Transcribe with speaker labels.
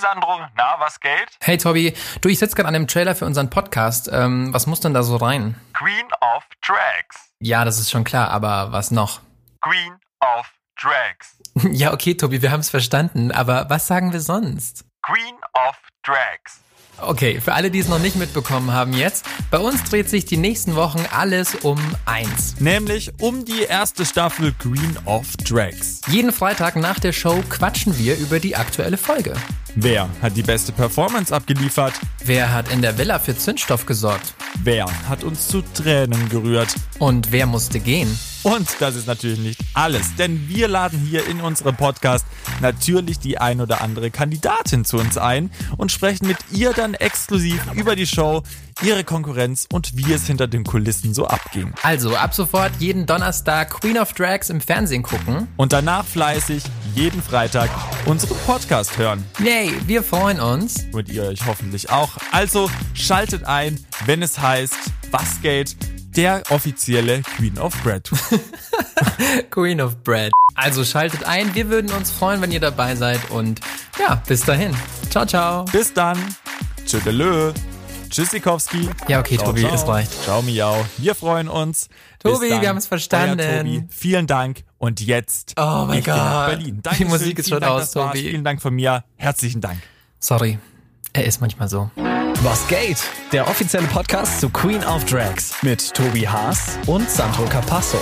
Speaker 1: Sandro, na, was geht?
Speaker 2: Hey Tobi, du, ich sitze gerade an dem Trailer für unseren Podcast. Ähm, was muss denn da so rein?
Speaker 1: Queen of Drags.
Speaker 2: Ja, das ist schon klar, aber was noch?
Speaker 1: Queen of Drags.
Speaker 2: ja, okay, Tobi, wir haben es verstanden, aber was sagen wir sonst?
Speaker 1: Queen of Drags.
Speaker 2: Okay, für alle, die es noch nicht mitbekommen haben jetzt, bei uns dreht sich die nächsten Wochen alles um eins.
Speaker 3: Nämlich um die erste Staffel Green of Drags.
Speaker 2: Jeden Freitag nach der Show quatschen wir über die aktuelle Folge.
Speaker 3: Wer hat die beste Performance abgeliefert?
Speaker 2: Wer hat in der Villa für Zündstoff gesorgt?
Speaker 3: Wer hat uns zu Tränen gerührt?
Speaker 2: Und wer musste gehen?
Speaker 3: Und das ist natürlich nicht alles, denn wir laden hier in unserem Podcast natürlich die ein oder andere Kandidatin zu uns ein und sprechen mit ihr dann exklusiv über die Show, ihre Konkurrenz und wie es hinter den Kulissen so abging.
Speaker 2: Also ab sofort jeden Donnerstag Queen of Drags im Fernsehen gucken.
Speaker 3: Und danach fleißig jeden Freitag unseren Podcast hören.
Speaker 2: Yay, wir freuen uns.
Speaker 3: Und ihr euch hoffentlich auch. Also schaltet ein, wenn es heißt, was geht? der offizielle Queen of Bread.
Speaker 2: Queen of Bread. Also schaltet ein, wir würden uns freuen, wenn ihr dabei seid und ja, bis dahin. Ciao, ciao.
Speaker 3: Bis dann. Tschüdelö. Tschüssikowski.
Speaker 2: Ja, okay, ciao, Tobi, ciao. es reicht.
Speaker 3: Ciao, Miau. Wir freuen uns.
Speaker 2: Tobi, wir haben es verstanden.
Speaker 3: Euer Tobi. Vielen Dank. Und jetzt.
Speaker 2: Oh mein Gott.
Speaker 3: Nach Berlin. Danke
Speaker 2: Die Musik ist schon
Speaker 3: Dank,
Speaker 2: aus, Tobi.
Speaker 3: Vielen Dank von mir. Herzlichen Dank.
Speaker 2: Sorry. Er ist manchmal so.
Speaker 4: Was geht? Der offizielle Podcast zu Queen of Drags mit Tobi Haas und Sandro Capasso.